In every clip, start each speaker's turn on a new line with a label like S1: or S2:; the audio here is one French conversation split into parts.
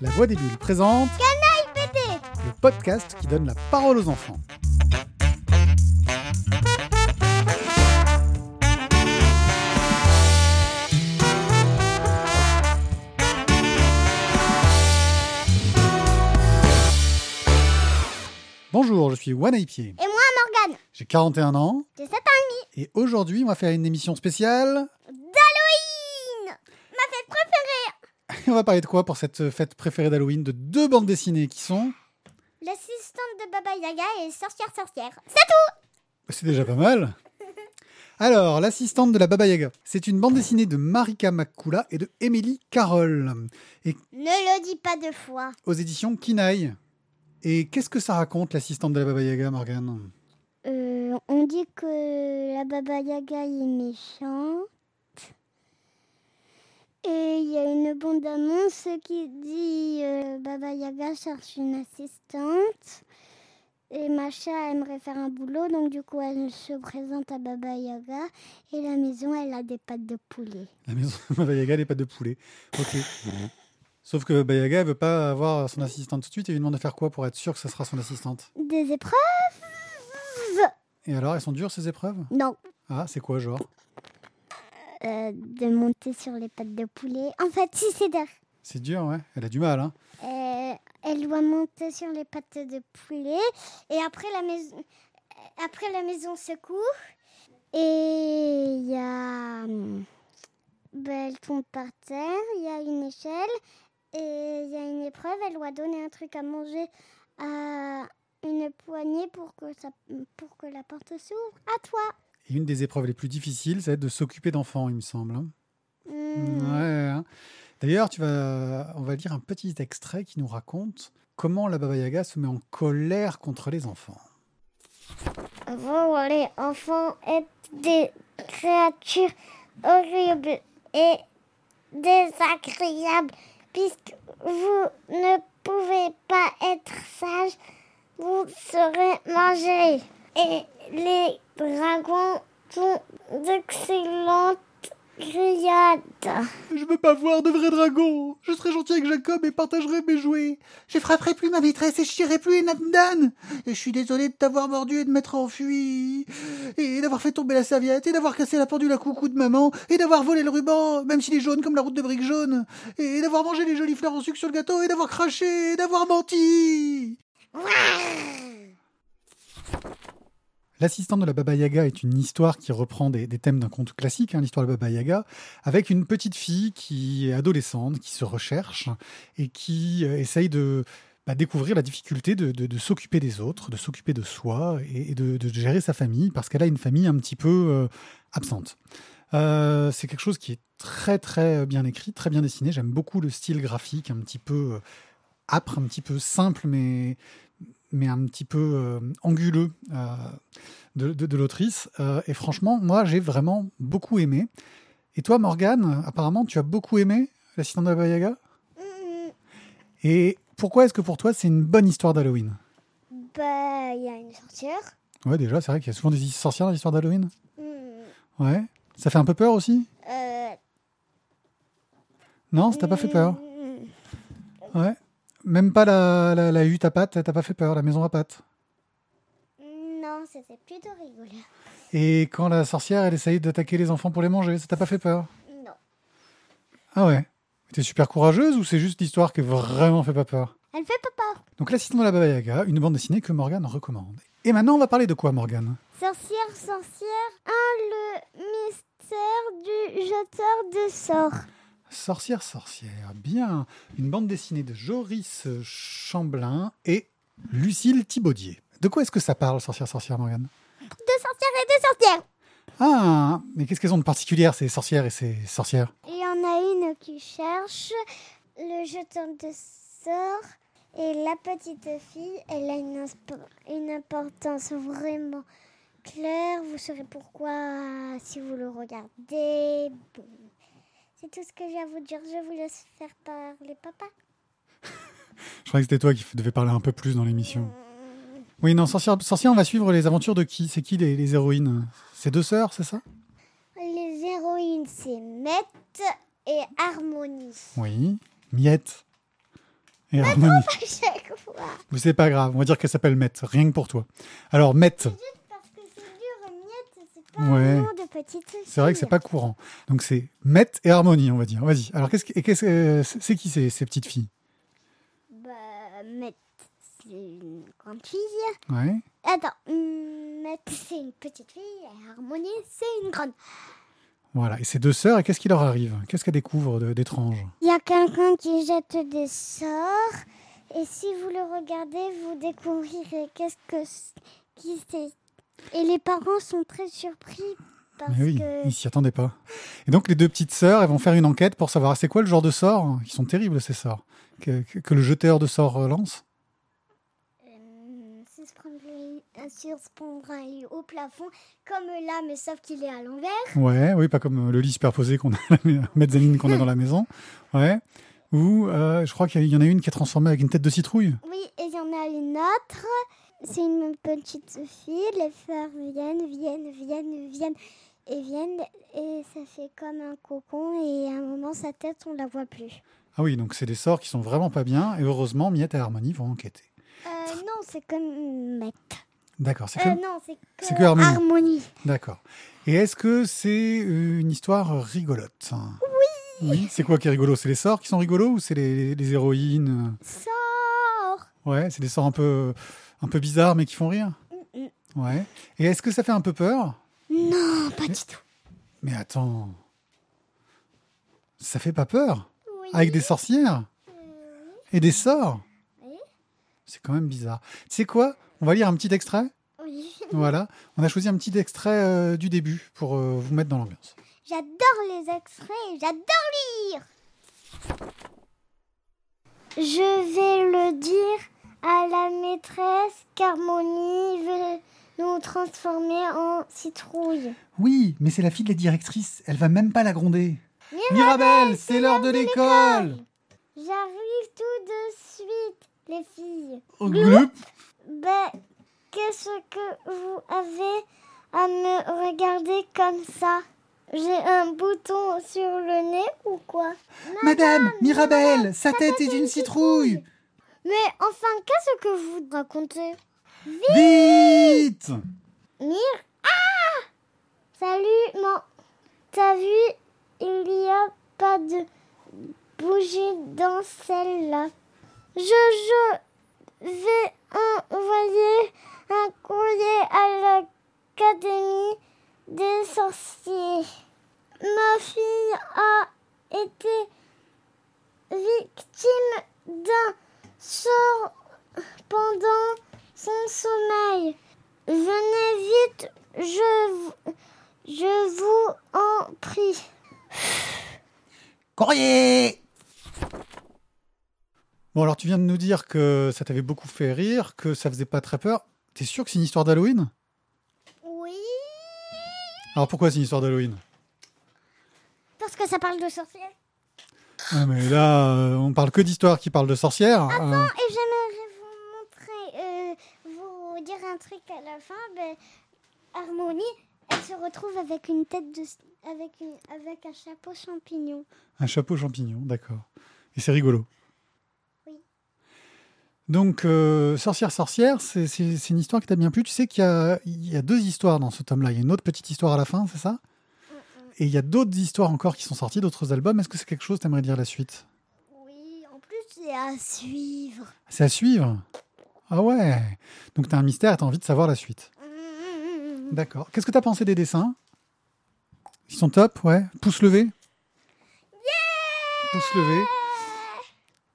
S1: La Voix des Bulles présente le podcast qui donne la parole aux enfants. Bonjour, je suis One Pied.
S2: Et moi, Morgane,
S1: J'ai 41 ans
S2: j'ai 7 ans.
S1: et aujourd'hui, on va faire une émission spéciale.
S2: d'Halloween Ma fête préférée
S1: On va parler de quoi pour cette fête préférée d'Halloween de deux bandes dessinées qui sont
S2: L'assistante de Baba Yaga et Sorcière Sorcière.
S1: Bah, C'est déjà pas mal. Alors, l'assistante de la Baba Yaga. C'est une bande dessinée de Marika Makula et de Emily Carroll
S2: Ne le dis pas deux fois.
S1: aux éditions Kinaï. Et qu'est-ce que ça raconte, l'assistante de la Baba Yaga, Morgane
S2: Euh, on dit que la Baba Yaga est méchante. Et il y a une bande-annonce qui dit euh, Baba Yaga cherche une assistante. Et Macha aimerait faire un boulot, donc du coup elle se présente à Baba Yaga. Et la maison, elle a des pattes de poulet.
S1: La maison de Baba Yaga n'est pas de poulet. Ok. Sauf que Baba Yaga, elle veut pas avoir son assistante tout de suite et lui demande de faire quoi pour être sûr que ça sera son assistante.
S2: Des épreuves
S1: Et alors, elles sont dures, ces épreuves
S2: Non.
S1: Ah, c'est quoi, genre
S2: euh, de monter sur les pattes de poulet. En fait, si c'est d'air.
S1: C'est dur, ouais. Elle a du mal, hein.
S2: Euh, elle doit monter sur les pattes de poulet. Et après, la maison, euh, après, la maison secoue. Et il y a. hum, ben, elle tombe par terre. Il y a une échelle. Et il y a une épreuve. Elle doit donner un truc à manger à une poignée pour que, ça, pour que la porte s'ouvre. À toi.
S1: Et une des épreuves les plus difficiles, c'est de s'occuper d'enfants, il me semble. hein. Ouais,
S2: Hum.
S1: ouais, ouais. D'ailleurs, tu vas, on va lire un petit extrait qui nous raconte comment la Baba Yaga se met en colère contre les enfants.
S2: Vous, les enfants, êtes des créatures horribles et désagréables puisque vous ne pouvez pas être sages, vous serez mangés. Et les dragons sont d'excellentes grillades.
S1: Je veux pas voir de vrais dragons. Je serai gentil avec Jacob et partagerai mes jouets. Je frapperai plus ma maîtresse et je chierai plus Nathan. Je suis désolé de t'avoir mordu et de m'être enfui. Et d'avoir fait tomber la serviette et d'avoir cassé la pendule à coucou de maman et d'avoir volé le ruban, même s'il est jaune comme la route de briques jaunes. Et d'avoir mangé les jolies fleurs au sucre sur le gâteau et d'avoir craché et d'avoir menti. L'assistant de la Baba Yaga est une histoire qui reprend des, des thèmes d'un conte classique, hein, l'histoire de la Baba Yaga, avec une petite fille qui est adolescente, qui se recherche et qui euh, essaye de bah, découvrir la difficulté de, de- de s'occuper des autres, de s'occuper de soi et, et de, de gérer sa famille, parce qu'elle a une famille un petit peu euh, absente. Euh, c'est quelque chose qui est très très euh, bien écrit, très bien dessiné. J'aime beaucoup le style graphique, un petit peu euh, âpre, un petit peu simple, mais, mais un petit peu euh, anguleux. euh, de, de- de l'autrice. Euh, et franchement, moi, j'ai vraiment beaucoup aimé. Et toi, Morgane, apparemment, tu as beaucoup aimé l'assistante de la Baba Yaga Et pourquoi est-ce que pour toi, c'est une bonne histoire d'Halloween
S2: Bah, il y a une sorcière.
S1: Ouais, déjà, c'est vrai qu'il y a souvent des sorcières dans l'histoire d'Halloween.
S2: Hmm.
S1: Ouais. Ça fait un peu peur aussi
S2: Euh,
S1: Non, ça t'a pas fait peur
S2: hmm.
S1: Ouais. Même pas la, la, la hutte à pattes, t'as pas fait peur, la maison à pattes.
S2: Non, c'était plutôt rigolo.
S1: Et quand la sorcière, elle essaye d'attaquer les enfants pour les manger, ça t'a pas fait peur
S2: Non.
S1: Ah ouais. T'es super courageuse ou c'est juste l'histoire qui vraiment fait pas peur
S2: Elle fait pas peur.
S1: Donc l'assistant de la Baba Yaga, une bande dessinée que Morgane recommande. Et maintenant, on va parler de quoi, Morgane
S2: Sorcière, sorcière, un le mystère du jeteur de sorts.
S1: Sorcière, sorcière. Bien. Une bande dessinée de Joris Chamblin et Lucille Thibaudier. De quoi est-ce que ça parle, Sorcière, sorcière, Morgane
S2: Deux sorcières et deux sorcières.
S1: Ah, mais qu'est-ce qu'elles ont de particulière, ces sorcières et ces sorcières
S2: Il y en a une qui cherche le jeteur de sorts. Et la petite fille, elle a une, inspo- une importance vraiment claire. Vous saurez pourquoi si vous le regardez. Bon. C'est tout ce que j'ai à vous dire. Je vous laisse faire parler papa.
S1: Je croyais que c'était toi qui devais parler un peu plus dans l'émission. Oui, non, sorcière, sorcière, on va suivre les aventures de qui C'est qui les, les héroïnes C'est deux sœurs, c'est ça
S2: Les héroïnes, c'est Mette et Harmonie.
S1: Oui. Miette. et harmonie.
S2: À chaque fois.
S1: Mais C'est pas grave, on va dire qu'elle s'appelle Met, rien que pour toi. Alors Met,
S2: Parce que c'est dur, miette, c'est pas
S1: Ouais.
S2: un nom de petite fille.
S1: c'est vrai que c'est pas courant. Donc c'est Met et harmonie, on va dire. Vas-y. Alors qu'est-ce que- et qu'est-ce que- c'est c'est qui ces, ces petites filles
S2: Bah, Mette, c'est une grande fille.
S1: Ouais.
S2: Attends, hum, Mette, c'est une petite fille. Et Harmonie, c'est une grande.
S1: Voilà. Et ces deux sœurs, et qu'est-ce qui leur arrive Qu'est-ce qu'elles découvrent de- d'étrange
S2: Il y a quelqu'un qui jette des sorts. Et si vous le regardez, vous découvrirez qu'est-ce que c- qui c'est. Et les parents sont très surpris parce
S1: Mais oui,
S2: que
S1: ils s'y attendaient pas. Et donc les deux petites sœurs, elles vont faire une enquête pour savoir c'est quoi le genre de sort Ils sont terribles ces sorts que, que- que le jeteur de sorts euh, lance.
S2: Euh, suspendre les- euh, suspendre un lit au plafond comme là, mais sauf qu'il est à l'envers.
S1: Ouais, oui, pas comme euh, le lit superposé qu'on a, à la ma- mezzanine qu'on a dans la maison. Ouais. Ou euh, je crois qu'il y en a une qui est transformée avec une tête de citrouille.
S2: Oui, et il y en a une autre. C'est une petite fille. Les fleurs viennent, viennent, viennent, viennent et viennent. Et ça fait comme un cocon. Et à un moment, sa tête, on la voit plus.
S1: Ah oui, donc c'est des sorts qui sont vraiment pas bien. Et heureusement, Miette et Harmonie vont enquêter.
S2: Euh, non, c'est comme Mette.
S1: D'accord, c'est
S2: Euh,
S1: comme-
S2: non, c'est
S1: c'est
S2: que,
S1: que Harmonie.
S2: Harmonie.
S1: D'accord. Et est-ce que c'est euh, une histoire rigolote Oui. Oui. C'est quoi qui est rigolo C'est les sorts qui sont rigolos ou c'est les, les héroïnes
S2: Sors
S1: Ouais, c'est des sorts un peu, un peu bizarres, mais qui font rire.
S2: Mm, mm.
S1: Ouais. Et est-ce que ça fait un peu peur
S2: Non, pas du tout.
S1: Mais attends. Ça fait pas peur
S2: Oui.
S1: Avec des sorcières
S2: Euh,
S1: Et des sorts
S2: Oui.
S1: C'est quand même bizarre. Tu sais quoi On va lire un petit extrait
S2: oui.
S1: Voilà. On a choisi un petit extrait euh, du début pour euh, vous mettre dans l'ambiance.
S2: J'adore les extraits, j'adore lire. Je vais le dire à la maîtresse qu'Harmonie veut nous transformer en citrouille.
S1: Oui, mais c'est la fille de la directrice. Elle va même pas la gronder.
S2: Mirabelle,
S1: Mirabelle, c'est l'heure de l'école
S2: J'arrive tout de suite, les filles.
S1: Au Oh, gloup.
S2: Ben, qu'est-ce que vous avez à me regarder comme ça J'ai un bouton sur le nez ou quoi
S1: Madame, Mirabelle, sa tête est une citrouille
S2: Mais enfin, qu'est-ce que vous racontez
S1: Vite
S2: Mire Ah Salut, maman. T'as vu, il n'y a pas de bougie dans celle-là. Je, je vais envoyer un courrier à l'Académie des sorciers. Ma fille a été victime d'un sort pendant son sommeil. Venez vite, je, vous- je vous en prie.
S1: Courrier Bon, alors tu viens de nous dire que ça t'avait beaucoup fait rire, que ça faisait pas très peur. T'es sûr que c'est une histoire d'Halloween
S2: Oui,
S1: Alors pourquoi c'est une histoire d'Halloween
S2: parce que ça parle de sorcières.
S1: Ah, mais là, euh, on parle que d'histoires qui parlent de sorcières. Euh,
S2: Et j'aimerais vous montrer, euh, vous dire un truc à la fin. Ben, Harmonie, elle se retrouve avec une tête de, avec une, avec un chapeau champignon.
S1: un chapeau champignon, d'accord. Et c'est rigolo.
S2: Oui.
S1: Donc, euh, Sorcière, Sorcière, c'est c'est- c'est une histoire qui t'a bien plu. Tu sais qu'il y, a- il y a deux histoires dans ce tome-là. Il y a une autre petite histoire à la fin, c'est ça Et il y a d'autres histoires encore qui sont sorties, d'autres albums. Est-ce que c'est quelque chose que t'aimerais dire la suite
S2: Oui, en plus c'est à suivre.
S1: C'est à suivre Ah ouais Donc t'as un mystère et t'as envie de savoir la suite.
S2: Mmh,
S1: D'accord. Qu'est-ce que t'as pensé des dessins Ils sont top, ouais. Pouce levé Pouce levé.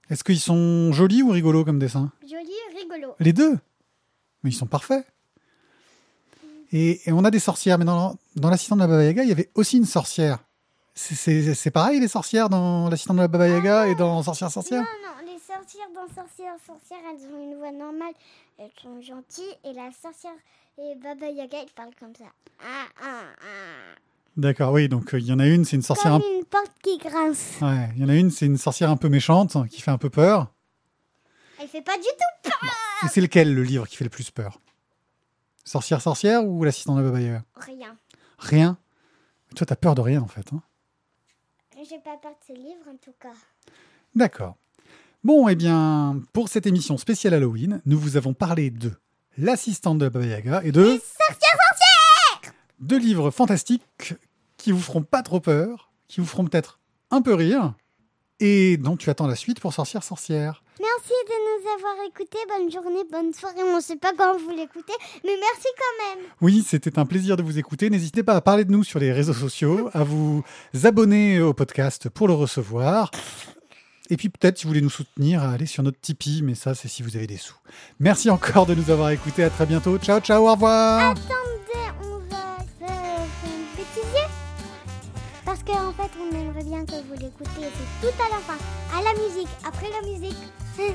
S1: Est-ce qu'ils sont jolis ou rigolos comme dessins
S2: Joli, rigolo.
S1: Les deux Mais ils sont parfaits et, et on a des sorcières, mais dans, dans l'assistant de la Baba Yaga, il y avait aussi une sorcière. C'est- C'est c'est pareil les sorcières dans l'assistant de la Baba Yaga et dans Sorcière
S2: Non,
S1: Sorcière
S2: non, les sorcières dans Sorcières, Sorcières, elles ont une voix normale, elles sont gentilles, et la sorcière et Baba Yaga, ils parlent comme ça. Ah, ah, ah.
S1: D'accord, oui, donc euh, il y en a une, c'est une sorcière un
S2: Comme une porte qui grince.
S1: Ouais, il y en a une, c'est une sorcière un peu méchante hein, qui fait un peu peur.
S2: Elle fait pas du tout peur.
S1: Et c'est lequel le livre qui fait le plus peur Sorcière, sorcière ou l'assistant de Baba Yaga
S2: Rien.
S1: Rien. Toi, t'as peur de rien en fait. hein
S2: J'ai pas peur de ce livre en tout cas.
S1: D'accord. Bon, eh bien, pour cette émission spéciale Halloween, nous vous avons parlé de l'assistante de la Baba Yaga et de... Deux livres fantastiques qui vous feront pas trop peur, qui vous feront peut-être un peu rire, et dont tu attends la suite pour Sorcière Sorcière.
S2: Merci de nous avoir écoutés. Bonne journée, bonne soirée. On ne sait pas quand vous l'écoutez, mais merci quand même.
S1: Oui, c'était un plaisir de vous écouter. N'hésitez pas à parler de nous sur les réseaux sociaux, à vous abonner au podcast pour le recevoir. Et puis peut-être, si vous voulez nous soutenir, à aller sur notre Tipeee, mais ça, c'est si vous avez des sous. Merci encore de nous avoir écoutés. À très bientôt. Ciao, ciao, au revoir.
S2: Attendez, on va faire une petite yeux. Parce qu'en fait, on aimerait bien que vous l'écoutez. C'est tout à la fin. À la musique, après la musique.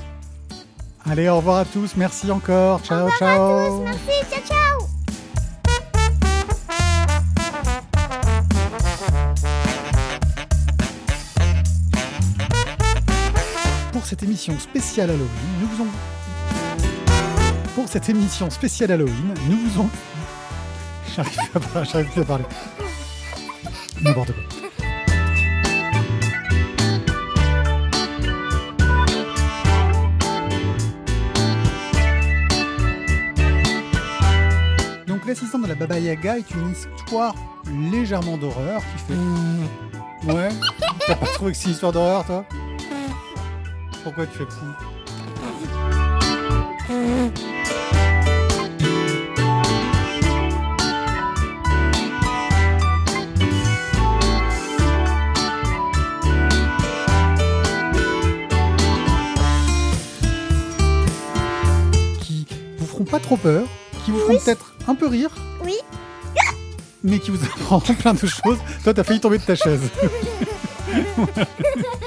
S1: Allez, au revoir à tous. Merci encore. Ciao,
S2: Ah. Au
S1: ciao.
S2: revoir à tous. Merci. Ciao, ciao.
S1: Pour cette émission spéciale Halloween, nous vous en... Pour cette émission spéciale Halloween, nous vous en... J'arrive plus à parler, j'arrive plus à parler. N'importe quoi. Donc l'assistante de la Baba Yaga est une histoire légèrement d'horreur qui fait... Ouais T'as pas trouvé que c'est une histoire d'horreur toi Pourquoi tu fais petit qui vous feront pas trop peur, qui vous feront peut-être un peu rire.
S2: Oui.
S1: Mais qui vous apprend plein de choses. Toi, t'as failli tomber de ta chaise.